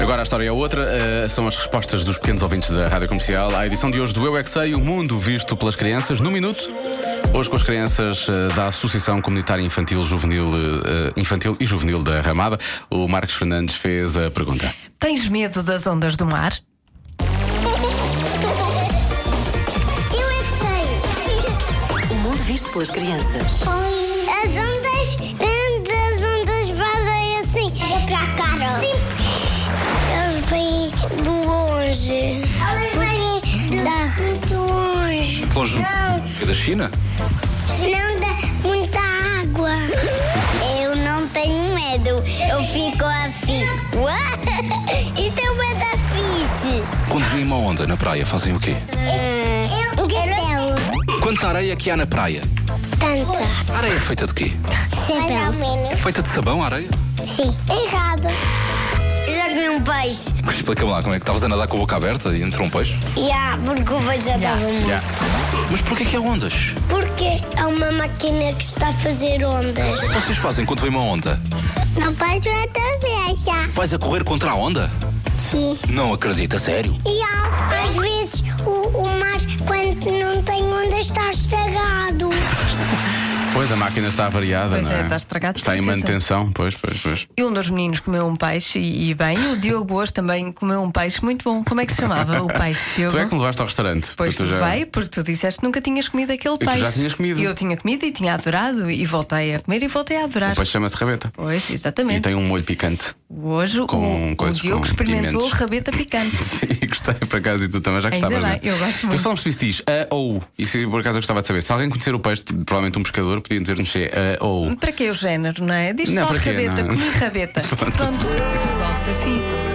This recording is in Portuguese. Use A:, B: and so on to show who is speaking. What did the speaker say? A: Agora a história é outra, eh, são as respostas dos pequenos ouvintes da Rádio Comercial à edição de hoje do Eu é Que Sei, o mundo visto pelas crianças, no minuto. Hoje com as crianças eh, da Associação Comunitária Infantil, Juvenil, eh, Infantil e Juvenil da Ramada, o Marcos Fernandes fez a pergunta.
B: Tens medo das ondas do mar?
C: Eu é que sei.
D: O mundo visto pelas crianças.
C: As ondas, quando as ondas fazem assim. É para a cara. Sim. Elas vêm do longe. Elas vêm da... muito longe.
E: Longe
C: Não.
E: É da China?
C: Não dá muita água. Eu não tenho medo. Eu fico assim. Uau! Isso é uma da fixe.
E: Quando vem uma onda na praia, fazem o quê?
C: Um castelo.
E: Quanta areia que há na praia?
C: Tanta.
E: A areia é feita de quê?
C: Sabão.
E: É feita de sabão, a areia?
C: Sim. Errado. Já comi um peixe.
E: Explica-me lá como é que estavas a nadar com a boca aberta e entrou um peixe.
C: Já, porque o peixe já estava morto.
E: Mas porquê que há ondas?
C: Porque é uma máquina que está a fazer ondas.
E: Vocês fazem quando vem uma onda?
C: Não pode lá também, já.
E: Vais a correr contra a onda?
C: Sim.
E: Não acredita, sério?
C: E há- às vezes o, o mar, quando não tem ondas, está estragado.
A: Pois a máquina está variada,
B: Pois
A: não
B: é,
A: é?
B: está estragada, de
A: Está em
B: certeza.
A: manutenção, pois, pois, pois.
B: E um dos meninos comeu um peixe e, e bem. E o Diogo hoje também comeu um peixe muito bom. Como é que se chamava o peixe, Diogo?
A: Tu é que me levaste ao restaurante. porque
B: Pois tu
A: tu já-
B: vai, porque tu disseste que nunca tinhas comido aquele
A: tu
B: peixe.
A: já tinhas comido.
B: E eu tinha comido e tinha adorado. E voltei a comer e voltei a adorar.
A: O peixe chama-se rabeta.
B: Pois,
A: E
B: exatamente.
A: tem um molho picante.
B: Hoje o-
A: com
B: o,
A: coisas,
B: Diogo
A: com
B: experimentou
A: pimentos.
B: rabeta picante.
A: e gostei por acaso e tu também já
B: Ainda
A: gostavas. não
B: bem,
A: é?
B: eu gosto muito.
A: Eu só não percebi se diz a ou. E se por acaso eu gostava de saber. Se alguém conhecer o peixe, tipo, provavelmente um pescador, podia dizer-nos se é a ou.
B: Para que o género, não é? Diz
A: Não,
B: só
A: para quê,
B: rabeta,
A: não.
B: comi rabeta. Pronto, resolve-se assim.